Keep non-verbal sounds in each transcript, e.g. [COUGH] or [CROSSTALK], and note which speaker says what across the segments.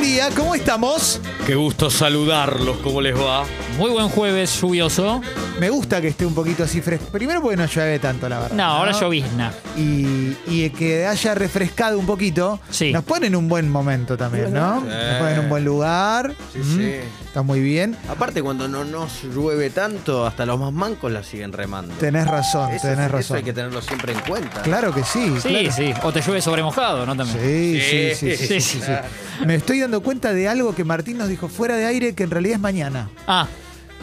Speaker 1: día, ¿cómo estamos?
Speaker 2: Qué gusto saludarlos, ¿cómo les va?
Speaker 3: Muy buen jueves lluvioso.
Speaker 1: Me gusta que esté un poquito así fresco. Primero porque no llueve tanto, la verdad.
Speaker 3: No, ahora llovizna.
Speaker 1: Y, y que haya refrescado un poquito,
Speaker 3: Sí.
Speaker 1: nos pone en un buen momento también, ¿no? Nos pone en un buen lugar.
Speaker 4: Sí, sí.
Speaker 1: Está muy bien.
Speaker 4: Aparte, cuando no nos llueve tanto, hasta los más mancos la siguen remando.
Speaker 1: Tenés razón,
Speaker 4: Eso-
Speaker 1: tenés
Speaker 4: Eso
Speaker 1: razón.
Speaker 4: hay que tenerlo siempre en cuenta.
Speaker 1: Claro que sí.
Speaker 3: Sí,
Speaker 1: claro.
Speaker 3: sí. O te llueve sobre mojado, ¿no? También.
Speaker 1: Sí, sí, sí, sí, sí,
Speaker 4: Sí,
Speaker 3: sí,
Speaker 1: sí,
Speaker 3: sí.
Speaker 1: sí. Me estoy dando cuenta de algo que Martín nos dijo fuera de aire, que en realidad es mañana.
Speaker 3: Ah,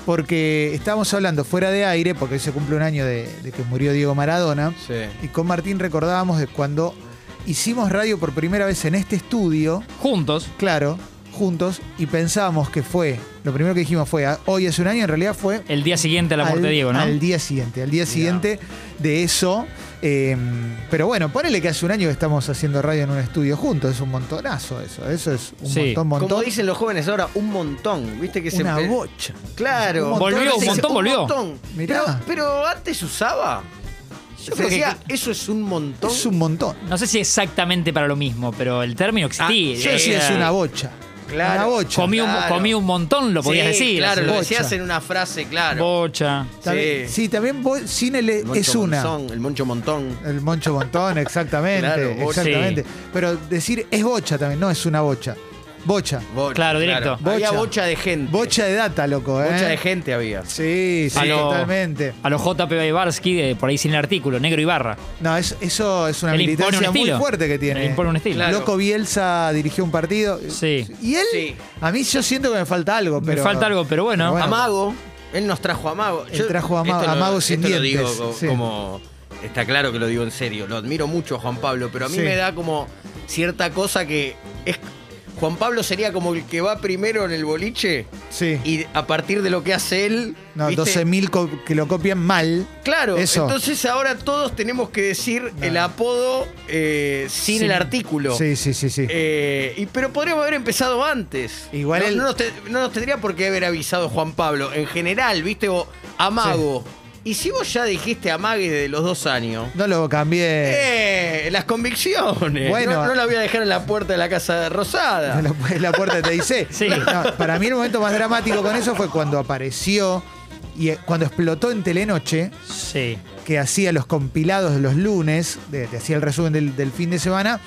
Speaker 1: Porque estábamos hablando fuera de aire, porque hoy se cumple un año de, de que murió Diego Maradona.
Speaker 4: Sí.
Speaker 1: Y con Martín recordábamos de cuando hicimos radio por primera vez en este estudio,
Speaker 3: juntos.
Speaker 1: claro, juntos, y pensábamos que fue, lo primero que dijimos fue, "Ah, hoy hace un año, en realidad fue
Speaker 3: El día siguiente a la muerte
Speaker 1: al,
Speaker 3: de Diego, ¿no?
Speaker 1: al día siguiente, al día siguiente de eso. eh, pero bueno, ponele que hace un año que estamos haciendo radio en un estudio juntos, es un montonazo eso, eso es un
Speaker 3: Sí.
Speaker 1: montón, montón.
Speaker 4: Como dicen los jóvenes ahora, un montón. ¿Viste que se
Speaker 1: una
Speaker 4: empe-
Speaker 1: bocha.
Speaker 4: Claro.
Speaker 1: Un montón.
Speaker 3: Volvió, un
Speaker 4: Se dice,
Speaker 3: montón volvió".
Speaker 4: montón.
Speaker 1: Mirá.
Speaker 4: Pero, pero antes se usaba. Se
Speaker 3: creo que-
Speaker 4: decía, eso es un montón.
Speaker 1: Es un montón.
Speaker 3: No sé si exactamente para lo mismo, pero el término existía.
Speaker 4: Ah,
Speaker 1: Yo sí
Speaker 3: Era-
Speaker 1: es una bocha.
Speaker 4: Claro.
Speaker 1: Una bocha.
Speaker 3: comí, un,
Speaker 4: Claro.
Speaker 3: comí un montón, lo podías
Speaker 4: Sí,
Speaker 3: decir.
Speaker 4: Claro, lo
Speaker 1: bocha.
Speaker 4: decías en una frase, claro.
Speaker 3: Bocha.
Speaker 1: También- sí.
Speaker 4: Sí.
Speaker 1: también bo- cine le-
Speaker 4: El moncho
Speaker 1: es una.
Speaker 4: monzón, el moncho montón.
Speaker 1: El Moncho Montón,
Speaker 3: [LAUGHS]
Speaker 1: exactamente.
Speaker 4: Claro, bocha.
Speaker 1: exactamente. Pero decir es bocha también, no es una bocha. Bocha.
Speaker 4: Bocha,
Speaker 3: Claro, directo.
Speaker 1: Bocha.
Speaker 4: Había bocha de gente.
Speaker 1: Bocha de data, loco, ¿eh?
Speaker 4: Bocha de gente había.
Speaker 1: Sí, sí,
Speaker 3: A lo-
Speaker 1: totalmente.
Speaker 3: A los JP Ibarsky, de por ahí sin el artículo, negro y barra.
Speaker 1: No, es- eso es una
Speaker 3: Él impone un
Speaker 1: militancia muy
Speaker 3: estilo.
Speaker 1: fuerte que tiene.
Speaker 3: Él impone un estilo.
Speaker 4: Claro.
Speaker 1: Loco Bielsa dirigió un partido.
Speaker 3: Sí.
Speaker 1: ¿Y él?
Speaker 4: Sí.
Speaker 1: A mí yo siento que me falta algo.
Speaker 3: Me
Speaker 1: Pero,
Speaker 3: falta algo, pero bueno.
Speaker 4: Amago, él nos trajo Amago.
Speaker 1: Él trajo a Amago-
Speaker 4: esto
Speaker 1: Amago sin
Speaker 4: esto
Speaker 1: dientes,
Speaker 4: Lo digo co-
Speaker 1: sí.
Speaker 4: como. Está claro que lo digo en serio. Lo admiro mucho a Juan Pablo, pero a mí
Speaker 1: Sí.
Speaker 4: me da como cierta cosa que es. Juan Pablo sería como el que va primero en el boliche
Speaker 1: Sí.
Speaker 4: y a partir de lo que hace él.
Speaker 1: No,
Speaker 4: ¿viste?
Speaker 1: 12.000 co- que lo copian mal.
Speaker 4: Claro,
Speaker 1: Eso.
Speaker 4: entonces ahora todos tenemos que decir el apodo eh, sin
Speaker 3: Sí.
Speaker 4: el artículo.
Speaker 1: Sí, sí, sí, sí.
Speaker 4: Eh, y, pero podríamos haber empezado antes.
Speaker 1: Igual
Speaker 4: no,
Speaker 1: el-
Speaker 4: no nos te- no nos tendría por qué haber avisado Juan Pablo. En general, viste, vos, amago. Y si vos ya dijiste amague desde los dos años.
Speaker 1: No lo cambié.
Speaker 4: ¡Eh! Las convicciones.
Speaker 1: Bueno.
Speaker 4: no, no la voy a dejar en la puerta de la casa de Rosada.
Speaker 1: En la, en pues, la puerta te dice.
Speaker 3: [LAUGHS] Sí.
Speaker 1: para mí el momento más dramático con eso fue cuando apareció y eh, cuando explotó en Telenoche,
Speaker 3: Sí.
Speaker 1: que hacía los compilados de los lunes, de- te hacía el resumen del, del fin de semana,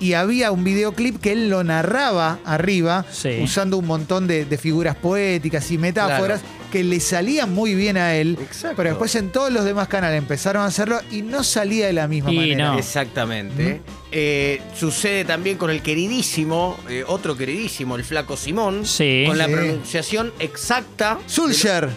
Speaker 1: y había un videoclip que él lo narraba arriba,
Speaker 3: Sí.
Speaker 1: usando un montón de, de figuras poéticas y metáforas que le salían muy bien a él.
Speaker 4: Exacto.
Speaker 1: Pero después en todos los demás canales empezaron a hacerlo y no salía de la misma
Speaker 3: Y
Speaker 1: manera.
Speaker 3: no.
Speaker 4: Exactamente. Eh, sucede también con el queridísimo, eh, otro queridísimo, el flaco Simón.
Speaker 3: Sí.
Speaker 4: Con la
Speaker 1: Sí.
Speaker 4: pronunciación exacta
Speaker 1: Zulcher.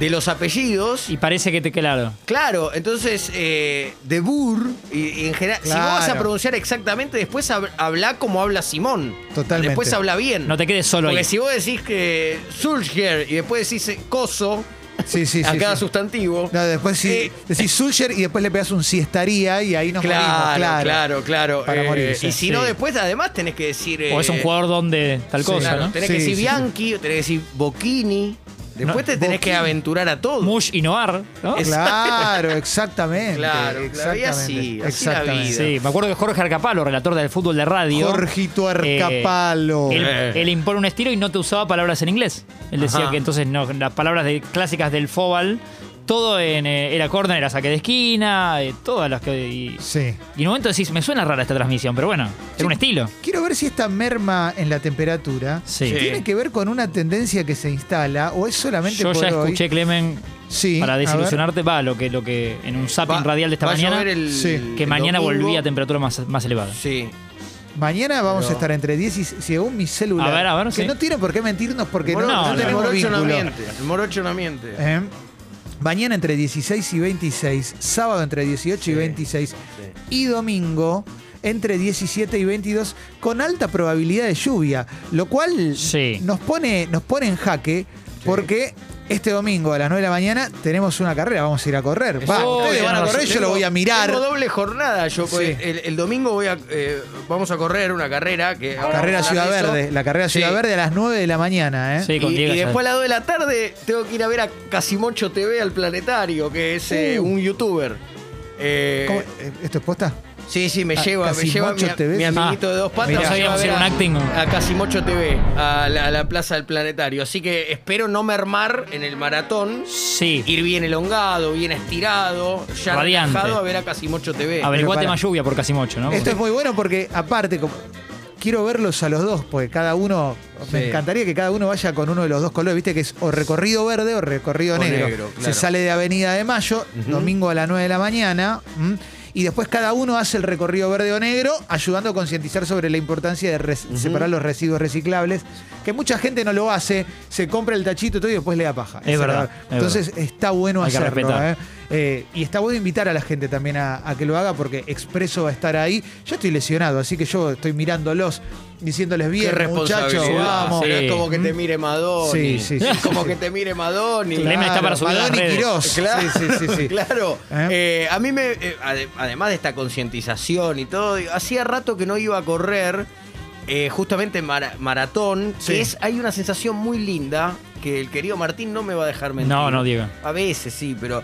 Speaker 4: de los apellidos.
Speaker 3: Y parece que te claro.
Speaker 4: Claro, entonces, eh, de Burr, y, y en general, si vos vas a
Speaker 1: Claro.
Speaker 4: pronunciar exactamente, después hab- habla como habla Simón.
Speaker 1: Totalmente.
Speaker 4: Después habla bien.
Speaker 3: No te quedes solo
Speaker 4: Porque
Speaker 3: ahí.
Speaker 4: si vos decís que Sulger y después decís eh, coso
Speaker 1: Sí, sí, sí.
Speaker 4: a cada
Speaker 1: sí.
Speaker 4: sustantivo.
Speaker 1: No, después sí,
Speaker 4: Eh,
Speaker 1: decís Sulcher y después le pegas un siestaría y ahí nos morimos,
Speaker 4: claro,
Speaker 1: claro.
Speaker 4: claro, claro.
Speaker 1: Para
Speaker 4: Eh,
Speaker 1: morirse,
Speaker 4: Y si
Speaker 3: sí.
Speaker 4: no, después además tenés que decir.
Speaker 3: O es un
Speaker 4: eh,
Speaker 3: jugador donde tal
Speaker 1: sí,
Speaker 3: cosa,
Speaker 4: claro,
Speaker 3: ¿no?
Speaker 4: Tenés
Speaker 1: Sí,
Speaker 4: que decir
Speaker 1: sí, sí.
Speaker 4: Bianchi, o tenés que decir Bocchini. Después te tenés que
Speaker 1: Bocchini.
Speaker 4: aventurar a todo.
Speaker 3: Mush y Noir, ¿no?
Speaker 4: Es- [LAUGHS]
Speaker 1: Claro, exactamente.
Speaker 4: Claro, claro, y así, así la vida.
Speaker 3: Sí, me acuerdo que Jorge Arcapalo, relator del fútbol de radio.
Speaker 1: Jorgito
Speaker 3: eh,
Speaker 1: Arcapalo.
Speaker 3: Él,
Speaker 4: Eh.
Speaker 3: él impone un estilo y no te usaba palabras en inglés. Él decía
Speaker 4: Ajá.
Speaker 3: que entonces no, las palabras de- clásicas del fóbal, todo en, eh, era córner, era saque de esquina, eh, todas las que. Y,
Speaker 1: sí.
Speaker 3: y en un momento decís, me suena rara esta transmisión, pero bueno,
Speaker 1: Sí.
Speaker 3: era un estilo.
Speaker 1: Quiero ver si esta merma en la temperatura
Speaker 3: Sí.
Speaker 4: Sí.
Speaker 1: tiene que ver con una tendencia que se instala o es solamente
Speaker 3: Yo
Speaker 1: por
Speaker 3: ya
Speaker 1: hoy.
Speaker 3: escuché, Clemen,
Speaker 1: Sí, a
Speaker 3: para
Speaker 1: ver.
Speaker 3: desilusionarte, va lo que, lo que en un zapping
Speaker 4: Va-
Speaker 3: radial de esta
Speaker 4: va a
Speaker 3: mañana,
Speaker 4: llover el-
Speaker 1: Sí.
Speaker 3: que
Speaker 4: el
Speaker 3: mañana
Speaker 4: domingo.
Speaker 3: volvía a temperatura más, más elevada.
Speaker 4: Sí.
Speaker 1: Mañana vamos
Speaker 4: Pero-
Speaker 1: a estar entre 10 y según mi celular.
Speaker 3: A ver, a ver,
Speaker 1: que
Speaker 3: sí.
Speaker 1: no tiene por qué mentirnos porque no,
Speaker 4: Moro-
Speaker 3: no,
Speaker 4: el
Speaker 1: tenemos
Speaker 4: morocho no
Speaker 1: vínculo.
Speaker 4: miente. El morocho no miente.
Speaker 1: ¿Eh? Mañana entre 16 y 26, sábado entre 18 y
Speaker 4: Sí,
Speaker 1: 26 y domingo entre 17 y 22 con alta probabilidad de lluvia, lo cual
Speaker 3: Sí.
Speaker 1: nos, pone, nos pone en jaque porque este domingo a las 9 de la mañana tenemos una carrera, vamos a ir a correr. Va,
Speaker 3: Exacto.
Speaker 1: Ah, ustedes van a
Speaker 3: Tengo-
Speaker 1: correr, yo lo voy a mirar.
Speaker 4: Tengo doble jornada. Yo, porque
Speaker 1: Sí.
Speaker 4: el, el domingo voy a, eh, vamos a correr una carrera. Que ahora
Speaker 1: Carrera
Speaker 4: vamos a
Speaker 1: Ciudad
Speaker 4: hablar de eso.
Speaker 1: Verde, la carrera Ciudad
Speaker 4: Sí.
Speaker 1: Verde a las 9 de la mañana, ¿eh?
Speaker 3: Sí, con
Speaker 4: Y,
Speaker 3: Diego
Speaker 4: y
Speaker 3: ya-
Speaker 4: después a las 2 de la tarde tengo que ir a ver a Casimocho TV al Planetario, que es eh,
Speaker 1: Uh.
Speaker 4: un youtuber. Eh,
Speaker 1: ¿Cómo? ¿Esto es posta?
Speaker 4: Sí, sí, me
Speaker 1: Ah,
Speaker 4: lleva, me lleva mi,
Speaker 1: Casimocho TV.
Speaker 4: mi amiguito
Speaker 3: Ah,
Speaker 4: de dos patas.
Speaker 1: mirá.
Speaker 4: me
Speaker 1: Sabíamos
Speaker 4: lleva a
Speaker 3: hacer
Speaker 4: ver
Speaker 3: un
Speaker 4: a-
Speaker 3: acting.
Speaker 4: A Casimocho TV, a la, a la Plaza del Planetario. Así que espero no mermar en el maratón.
Speaker 3: Sí.
Speaker 4: Ir bien elongado, bien estirado, ya
Speaker 3: Radiante.
Speaker 4: relajado a ver a Casimocho TV.
Speaker 3: Averiguate
Speaker 1: pará.
Speaker 3: más lluvia por Casimocho, ¿no?
Speaker 1: Esto es
Speaker 3: Porque-
Speaker 1: muy bueno porque, aparte, como- quiero verlos a los dos, porque cada uno. Me
Speaker 4: Sí.
Speaker 1: encantaría que cada uno vaya con uno de los dos colores, viste, que es o recorrido verde o recorrido
Speaker 4: O
Speaker 1: negro.
Speaker 4: negro, claro.
Speaker 1: Se sale de Avenida de Mayo, domingo a las 9 de la mañana. ¿m? Y después cada uno hace el recorrido verde o negro, ayudando a concientizar sobre la importancia de res- separar los residuos reciclables, que mucha gente no lo hace, se compra el tachito y todo y después le da paja.
Speaker 3: Es verdad, es
Speaker 1: Entonces está bueno
Speaker 3: Hay que
Speaker 1: hacerlo.
Speaker 3: respetar.
Speaker 1: ¿eh? Eh, y está bueno invitar a la gente también a, a que lo haga porque Expreso va a estar ahí. Yo estoy lesionado, así que yo estoy mirándolos, diciéndoles
Speaker 4: Qué
Speaker 1: bien, muchachos,
Speaker 4: responsabilidad.
Speaker 1: vamos.
Speaker 4: pero
Speaker 3: Sí.
Speaker 4: es como que te mire Madoni.
Speaker 1: Sí, sí, sí,
Speaker 4: Es
Speaker 1: sí,
Speaker 4: como
Speaker 1: sí.
Speaker 4: que te mire Madoni.
Speaker 3: Claro. Lema está para subir a las
Speaker 1: Madoni
Speaker 3: redes.
Speaker 1: Quirós.
Speaker 4: Claro,
Speaker 1: Sí, sí, sí, sí.
Speaker 4: [LAUGHS] claro.
Speaker 1: ¿Eh?
Speaker 4: Eh, a mí me, eh, ade- además de esta concientización y todo, digo, hacía rato que no iba a correr, eh, justamente mara- maratón, que
Speaker 1: Sí.
Speaker 4: es, hay una sensación muy linda que el querido Martín no me va a dejar mentir.
Speaker 3: No, no, Diego.
Speaker 4: A veces sí, pero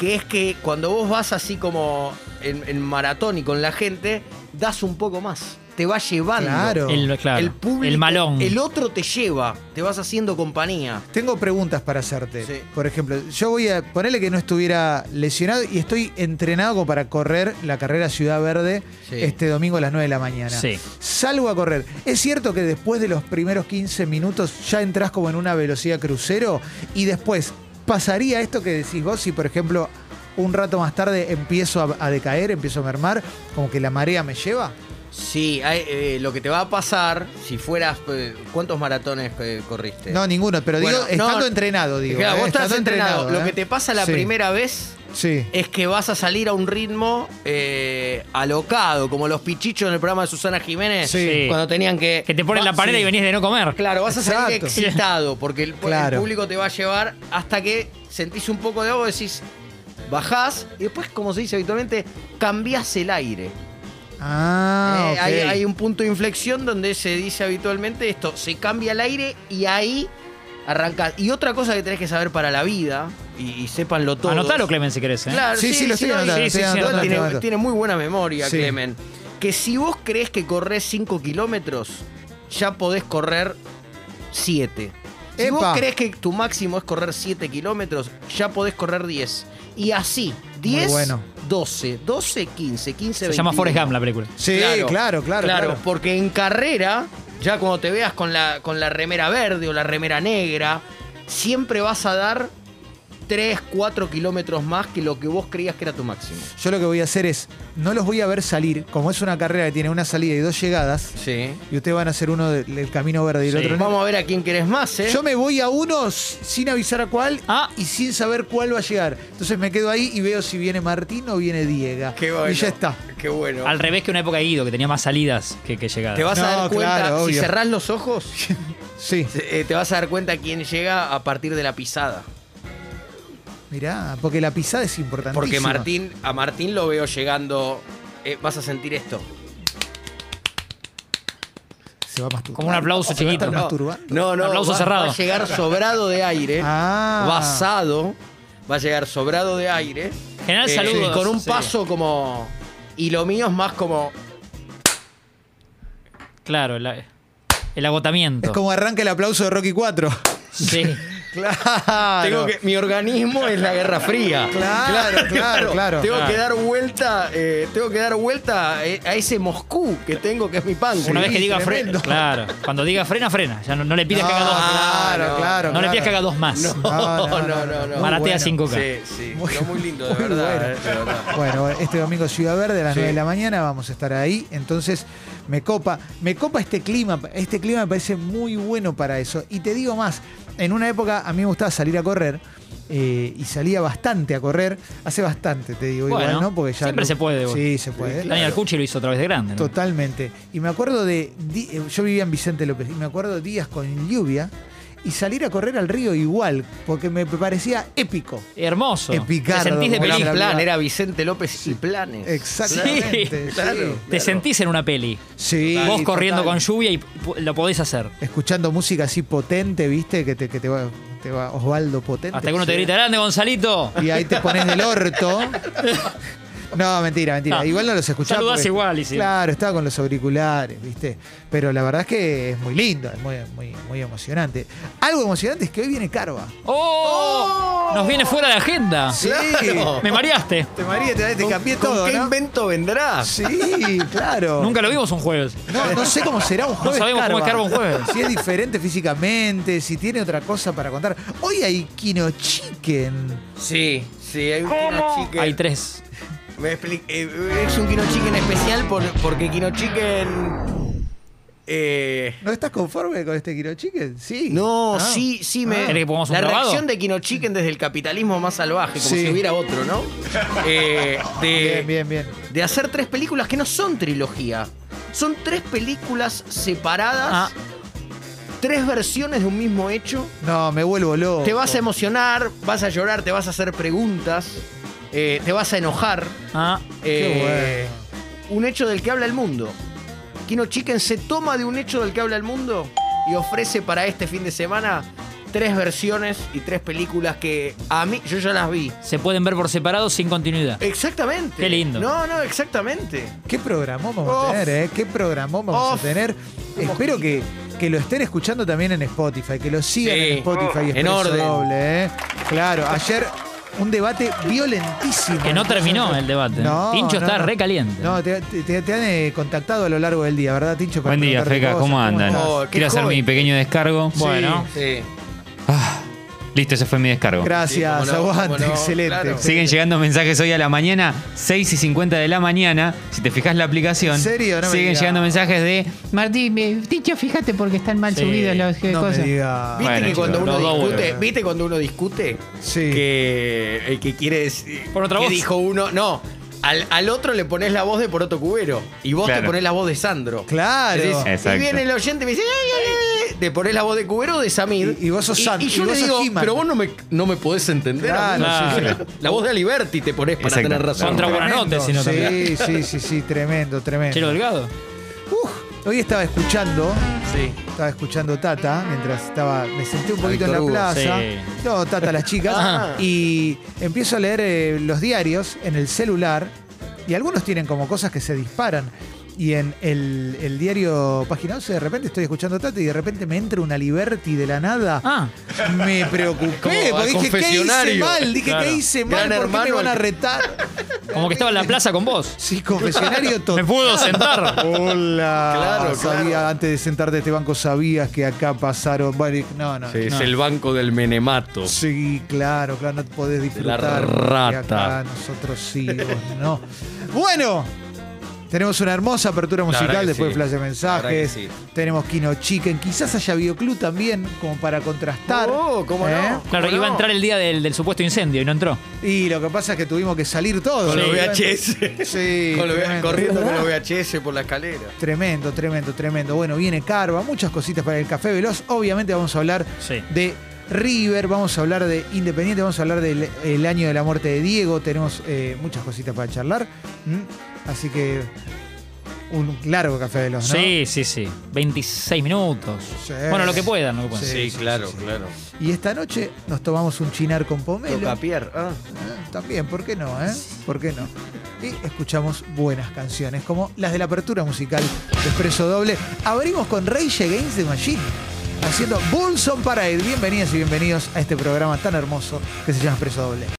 Speaker 4: que es que cuando vos vas así como en, en maratón y con la gente, das un poco más. Te va llevando.
Speaker 1: Claro.
Speaker 3: El, claro,
Speaker 4: El público,
Speaker 3: el malón.
Speaker 4: El otro te lleva, te vas haciendo compañía.
Speaker 1: Tengo preguntas para hacerte.
Speaker 4: Sí.
Speaker 1: Por ejemplo, yo voy a ponerle que no estuviera lesionado y estoy entrenado como para correr la carrera Ciudad Verde
Speaker 4: Sí.
Speaker 1: este domingo a las 9 de la mañana.
Speaker 3: Sí.
Speaker 1: Salgo a correr. ¿Es cierto que después de los primeros 15 minutos ya entras como en una velocidad crucero? Y después, ¿pasaría esto que decís vos si, por ejemplo, un rato más tarde empiezo a, a decaer, empiezo a mermar, como que la marea me lleva?
Speaker 4: Sí, hay, eh, lo que te va a pasar si fueras. eh, ¿Cuántos maratones eh, corriste?
Speaker 1: No, ninguno, pero digo,
Speaker 4: Bueno, no,
Speaker 1: estando entrenado, digo.
Speaker 4: Claro,
Speaker 1: ¿eh?
Speaker 4: vos estás
Speaker 1: Estando
Speaker 4: entrenado. Lo
Speaker 1: ¿eh?
Speaker 4: que te pasa la
Speaker 1: Sí,
Speaker 4: primera vez
Speaker 1: Sí.
Speaker 4: es que vas a salir a un ritmo eh, alocado, como los pichichos en el programa de Susana Jiménez,
Speaker 1: Sí.
Speaker 4: cuando tenían que.
Speaker 3: Que te ponen la
Speaker 4: Va-
Speaker 3: panera
Speaker 4: sí.
Speaker 3: y venís de no comer.
Speaker 4: Claro, vas a salir
Speaker 1: Exacto.
Speaker 4: excitado porque el, el
Speaker 1: Claro.
Speaker 4: público te va a llevar hasta que sentís un poco de agua, decís, bajás y después, como se dice habitualmente, cambiás el aire.
Speaker 1: Ah,
Speaker 4: Eh, hay,
Speaker 1: ok.
Speaker 4: hay un punto de inflexión donde se dice habitualmente esto, se cambia el aire y ahí arrancás. Y otra cosa que tenés que saber para la vida, y, y sépanlo todo.
Speaker 3: Anotalo, Clemen, si querés. ¿eh?
Speaker 4: Claro,
Speaker 1: Sí, sí, lo estoy
Speaker 4: no, y-
Speaker 1: anotando.
Speaker 3: sí,
Speaker 1: estoy
Speaker 3: sí, sí,
Speaker 1: anotando,
Speaker 4: tiene,
Speaker 1: estoy anotando.
Speaker 4: tiene muy buena memoria,
Speaker 1: Sí.
Speaker 4: Clemen. Que si vos crees que corres 5 kilómetros, ya podés correr 7. Si
Speaker 1: Epa.
Speaker 4: vos crees que tu máximo es correr 7 kilómetros, ya podés correr 10. Y así, 10,
Speaker 1: bueno.
Speaker 4: 12, 12, 15, 15,
Speaker 3: Se llama
Speaker 4: 21.
Speaker 3: Forrest Gump la película.
Speaker 1: Sí, claro, claro, claro.
Speaker 4: Porque en carrera, ya cuando te veas con la, con la remera verde o la remera negra, siempre vas a dar 3, 4 kilómetros más que lo que vos creías que era tu máximo.
Speaker 1: Yo lo que voy a hacer es, no los voy a ver salir, como es una carrera que tiene una salida y dos llegadas,
Speaker 4: Sí.
Speaker 1: y ustedes van a hacer uno del del camino verde y el
Speaker 3: Sí.
Speaker 1: otro no.
Speaker 4: Eh, Vamos a ver a quién querés más, ¿eh?
Speaker 1: Yo me voy a uno s- sin avisar a cuál
Speaker 3: Ah.
Speaker 1: y sin saber cuál va a llegar. Entonces me quedo ahí y veo si viene Martín o viene Diego.
Speaker 4: Qué bueno.
Speaker 1: Y ya está.
Speaker 4: Qué bueno.
Speaker 3: Al revés que una época de Guido, que tenía más salidas que, que llegadas.
Speaker 4: Te vas a
Speaker 1: No,
Speaker 4: dar cuenta,
Speaker 1: claro,
Speaker 4: si
Speaker 1: obvio.
Speaker 4: cerrás
Speaker 1: [LAUGHS]
Speaker 4: los ojos,
Speaker 1: Sí.
Speaker 4: eh, te vas a dar cuenta quién llega a partir de la pisada.
Speaker 1: Mirá, porque la pisada es importante.
Speaker 4: Porque Martín, a Martín lo veo llegando. eh, vas a sentir esto.
Speaker 1: Se va a masturbar.
Speaker 3: Como un aplauso
Speaker 1: Se va a
Speaker 3: chiquito.
Speaker 1: estar
Speaker 3: No.
Speaker 1: masturbando.
Speaker 4: Ah. No, no.
Speaker 3: Un aplauso
Speaker 4: va,
Speaker 3: cerrado.
Speaker 4: Va a llegar sobrado de aire.
Speaker 1: Ah.
Speaker 4: Basado. Va a llegar sobrado de aire. eh,
Speaker 3: General, saludos.
Speaker 4: y Con un
Speaker 3: Sí.
Speaker 4: paso como. Y lo mío es más como.
Speaker 3: Claro, la- el agotamiento.
Speaker 1: Es como arranca el aplauso de Rocky 4.
Speaker 3: Sí.
Speaker 1: [LAUGHS] Claro.
Speaker 4: Tengo que, mi organismo es la Guerra Fría.
Speaker 1: [LAUGHS] Claro, claro, claro.
Speaker 4: Tengo
Speaker 3: Claro.
Speaker 4: que dar vuelta, eh, tengo que dar vuelta eh, a ese Moscú que tengo que es mi páncreas.
Speaker 3: Una vez que diga
Speaker 1: tremendo. Ah,
Speaker 3: frena. Claro. Cuando diga frena, frena. Ya no, no le pidas que haga
Speaker 1: No,
Speaker 3: dos.
Speaker 1: Claro,
Speaker 4: No,
Speaker 1: claro.
Speaker 3: no le pidas que haga
Speaker 1: claro.
Speaker 3: dos más.
Speaker 1: No,
Speaker 4: No, no, no, no.
Speaker 1: Muy
Speaker 3: Maratea
Speaker 1: bueno.
Speaker 3: 5K.
Speaker 4: Sí, sí.
Speaker 1: Muy-
Speaker 4: pero muy lindo, de
Speaker 1: muy
Speaker 4: verdad.
Speaker 1: bueno.
Speaker 4: eh, de verdad.
Speaker 1: Bueno, este domingo Ciudad Verde a las
Speaker 4: Sí.
Speaker 1: 9 de la mañana vamos a estar ahí, entonces me copa, me copa este clima, este clima me parece muy bueno para eso. Y te digo más, en una época a mí me gustaba salir a correr eh, y salía bastante a correr, hace bastante te digo, igual,
Speaker 3: Bueno,
Speaker 1: ¿no? Porque ya
Speaker 3: siempre
Speaker 1: no-
Speaker 3: se puede, vos.
Speaker 1: Sí, se puede.
Speaker 3: Daniel Arcucci lo hizo otra vez de grande. ¿no?
Speaker 1: Totalmente. Y me acuerdo de. di- eh, Yo vivía en Vicente López y me acuerdo días con lluvia y salir a correr al río igual, porque me parecía épico.
Speaker 3: Hermoso.
Speaker 1: Epicardo,
Speaker 3: Te sentís de
Speaker 1: como
Speaker 4: Era
Speaker 1: la-
Speaker 3: película.
Speaker 4: plan, era Vicente López y planes.
Speaker 1: Exactamente.
Speaker 3: Sí,
Speaker 4: claro.
Speaker 3: Te sentís en una peli.
Speaker 1: Sí,
Speaker 3: Vos
Speaker 1: total.
Speaker 3: corriendo con lluvia y pu- lo podés hacer.
Speaker 1: Escuchando música así potente, ¿viste? Que te, que te va, te va Osvaldo potente.
Speaker 3: Hasta que uno te
Speaker 1: Sí.
Speaker 3: grita, grande Gonzalito.
Speaker 1: Y ahí te pones del orto. No, mentira, mentira.
Speaker 3: No.
Speaker 1: Igual no los escuchaba.
Speaker 3: Saludás
Speaker 1: porque-
Speaker 3: igual, y sí.
Speaker 1: Claro, estaba con los auriculares, ¿viste? Pero la verdad es que es muy lindo, es muy, muy, muy emocionante. Algo emocionante es que hoy viene Carva.
Speaker 3: ¡Oh! Nos viene fuera de agenda.
Speaker 1: Sí.
Speaker 4: Claro.
Speaker 3: Me mareaste.
Speaker 1: Te María, te, te cambié
Speaker 4: ¿Con
Speaker 1: todo,
Speaker 4: qué
Speaker 1: ¿no?
Speaker 4: invento vendrá?
Speaker 1: Sí, claro.
Speaker 3: Ah. [LAUGHS] Nunca lo vimos un jueves.
Speaker 1: No, no sé cómo será un jueves.
Speaker 3: sabemos cómo es Carva un jueves.
Speaker 1: Si es diferente físicamente, si tiene otra cosa para contar. Hoy hay Kino Chicken.
Speaker 4: Sí, sí, hay un Kino Chicken.
Speaker 3: Hay tres.
Speaker 4: Me expli- eh, es un Kino Chicken especial por- porque Kino Chicken. eh,
Speaker 1: ¿No estás conforme con este Kino Chicken? Sí.
Speaker 4: no,
Speaker 1: Ah.
Speaker 4: sí, sí me.
Speaker 3: ¿Querés que pongamos un
Speaker 4: la
Speaker 3: grabado?
Speaker 4: reacción de Kino Chicken desde el capitalismo más salvaje, como
Speaker 1: Sí.
Speaker 4: si hubiera otro, ¿no? Eh, de,
Speaker 1: Bien, bien, bien.
Speaker 4: de hacer tres películas que no son trilogía. Son tres películas separadas,
Speaker 3: Ah.
Speaker 4: tres versiones de un mismo hecho.
Speaker 1: No, me vuelvo loco.
Speaker 4: Te vas a emocionar, vas a llorar, te vas a hacer preguntas, eh, te vas a enojar.
Speaker 3: Ah,
Speaker 1: Qué
Speaker 4: Eh, Un hecho del que habla el mundo. Kino Chicken se toma de un hecho del que habla el mundo y ofrece para este fin de semana tres versiones y tres películas que a mí yo ya las vi.
Speaker 3: se pueden ver por separado sin continuidad.
Speaker 1: Eh,
Speaker 4: Exactamente.
Speaker 3: Qué lindo.
Speaker 4: No, no, exactamente.
Speaker 1: ¿Qué programón vamos
Speaker 4: Of.
Speaker 1: a tener, eh? ¿Qué programón vamos
Speaker 4: Of.
Speaker 1: a tener? Espero que, que lo estén escuchando también en Spotify, que lo sigan
Speaker 4: Sí.
Speaker 1: en Spotify y
Speaker 4: En
Speaker 1: Expreso
Speaker 4: orden.
Speaker 1: Doble, eh. Claro, ayer un debate violentísimo.
Speaker 3: Que no terminó el debate.
Speaker 1: No,
Speaker 3: Tincho
Speaker 1: no,
Speaker 3: está
Speaker 1: no.
Speaker 3: recaliente.
Speaker 1: No, te, te- te han eh, contactado a lo largo del día, ¿verdad, Tincho? Para
Speaker 5: Buen día,
Speaker 1: preguntarte
Speaker 5: Feca,
Speaker 1: cosas.
Speaker 5: ¿cómo andan?
Speaker 1: estás?
Speaker 4: Oh, qué
Speaker 5: Quiero hacer
Speaker 4: joven.
Speaker 5: mi pequeño descargo.
Speaker 3: Bueno.
Speaker 4: Sí.
Speaker 5: Ah, listo, ese fue mi descargo.
Speaker 1: Gracias,
Speaker 4: Sí, cómo no,
Speaker 1: aguante,
Speaker 4: cómo no,
Speaker 1: excelente.
Speaker 4: claro.
Speaker 1: excelente.
Speaker 5: Siguen llegando mensajes hoy a la mañana, 6 y 50 de la mañana. Si te fijas la aplicación,
Speaker 1: ¿En serio? No me
Speaker 5: siguen
Speaker 1: digas.
Speaker 5: llegando mensajes de
Speaker 6: Martín, eh, Ticho, fíjate porque están mal
Speaker 3: Sí.
Speaker 6: subidos los eh,
Speaker 1: No me
Speaker 6: cosas.
Speaker 1: diga.
Speaker 4: ¿Viste
Speaker 5: Bueno,
Speaker 4: que cuando
Speaker 5: chicos,
Speaker 4: uno
Speaker 3: los dos
Speaker 4: discute,
Speaker 1: vuelven.
Speaker 4: viste cuando uno discute
Speaker 1: Sí.
Speaker 4: que el que quiere decir
Speaker 3: Por otra
Speaker 4: que
Speaker 3: voz.
Speaker 4: dijo uno, no, al, al otro le pones la voz de Poroto Cubero y vos te
Speaker 5: Claro.
Speaker 4: pones la voz de Sandro.
Speaker 1: Claro.
Speaker 4: Decís,
Speaker 5: Exacto.
Speaker 4: Y viene el oyente y me dice, "Ay, ay, ay, ay", te pones la voz de Cubero o de Samir.
Speaker 1: Y- y vos sos Sandro,
Speaker 4: Y yo
Speaker 1: y vos
Speaker 4: le
Speaker 1: sos
Speaker 4: digo,
Speaker 1: He-Man".
Speaker 4: pero vos no me, no me podés entender.
Speaker 1: Claro,
Speaker 4: amigo".
Speaker 3: sí,
Speaker 4: La voz de Aliberti te pones para
Speaker 5: Exacto.
Speaker 4: tener razón.
Speaker 3: Contra
Speaker 1: Tremendo.
Speaker 3: Buenanote, sino también.
Speaker 1: Sí, sí, sí, sí, tremendo, tremendo.
Speaker 3: Chelo Delgado.
Speaker 1: Uf, hoy estaba escuchando.
Speaker 4: Sí.
Speaker 1: Estaba escuchando Tata mientras estaba. Me senté un poquito en
Speaker 4: Víctor
Speaker 1: la
Speaker 4: Hugo,
Speaker 1: plaza.
Speaker 3: sí.
Speaker 1: No, Tata, las chicas.
Speaker 4: [LAUGHS] Ah.
Speaker 1: Y empiezo a leer eh, los diarios en el celular. Y algunos tienen como cosas que se disparan. Y en el, el diario Página 11, de repente estoy escuchando Tata y de repente me entra una Liberty de la nada.
Speaker 3: Ah,
Speaker 1: Me preocupé,
Speaker 4: Como
Speaker 1: porque
Speaker 4: a
Speaker 1: dije, ¿qué hice
Speaker 4: confesionario".
Speaker 1: mal? Dije,
Speaker 3: Claro.
Speaker 1: ¿qué hice mal?
Speaker 4: Gran
Speaker 1: ¿Por qué me
Speaker 4: hermano
Speaker 1: van a
Speaker 4: el-
Speaker 1: retar?
Speaker 3: como que estaba en la plaza con vos. Ah.
Speaker 1: Sí,
Speaker 4: [LAUGHS]
Speaker 1: confesionario total.
Speaker 3: Me pudo sentar.
Speaker 1: Hola.
Speaker 4: Claro,
Speaker 1: Sabía,
Speaker 4: claro.
Speaker 1: antes de sentarte a este banco sabías que acá pasaron. Bueno, no, no.
Speaker 3: es
Speaker 4: el banco del Menemato.
Speaker 1: Sí, claro, claro, no te podés disfrutar.
Speaker 4: La
Speaker 1: porque
Speaker 4: rata.
Speaker 1: Acá nosotros sí, vos no. Bueno, tenemos una hermosa apertura
Speaker 4: verdad
Speaker 1: musical
Speaker 4: que
Speaker 1: después
Speaker 4: sí.
Speaker 1: de Flash de
Speaker 4: verdad que
Speaker 1: Mensajes.
Speaker 4: sí.
Speaker 1: Tenemos Kino Chicken. Quizás haya Videoclub también, como para contrastar.
Speaker 4: Oh, cómo no.
Speaker 1: ¿eh?
Speaker 3: Claro,
Speaker 4: ¿Cómo
Speaker 3: iba a
Speaker 4: no?
Speaker 3: entrar el día del, del supuesto incendio y no entró.
Speaker 1: Y lo que pasa es que tuvimos que salir todos.
Speaker 4: Con
Speaker 1: ¿no?
Speaker 4: los VHS.
Speaker 1: Sí,
Speaker 4: Con los-
Speaker 1: tremendo.
Speaker 4: corriendo con los VHS por la escalera.
Speaker 1: Tremendo, tremendo, tremendo. Bueno, viene Carva, muchas cositas para el Café Veloz. Obviamente vamos a hablar
Speaker 3: Sí.
Speaker 1: de River, vamos a hablar de Independiente, vamos a hablar del el año de la muerte de Diego. Tenemos eh, muchas cositas para charlar. ¿Mm? Así que un largo Café Veloz, ¿no?
Speaker 3: Sí, sí, sí. 26 minutos.
Speaker 1: Sí.
Speaker 3: Bueno, lo que puedan, lo que puedan.
Speaker 1: Sí, sí, sí, sí.
Speaker 4: claro.
Speaker 1: Y esta noche nos tomamos un chinar con pomelo.
Speaker 4: Toca Pierre. Ah.
Speaker 1: Eh, También, ¿por qué no? eh? ¿Por qué no? Y escuchamos buenas canciones, como las de la apertura musical de Expreso Doble. Abrimos con Rage Against the Machine, haciendo Bulls on Parade. Bienvenidas y bienvenidos a este programa tan hermoso que se llama Expreso Doble.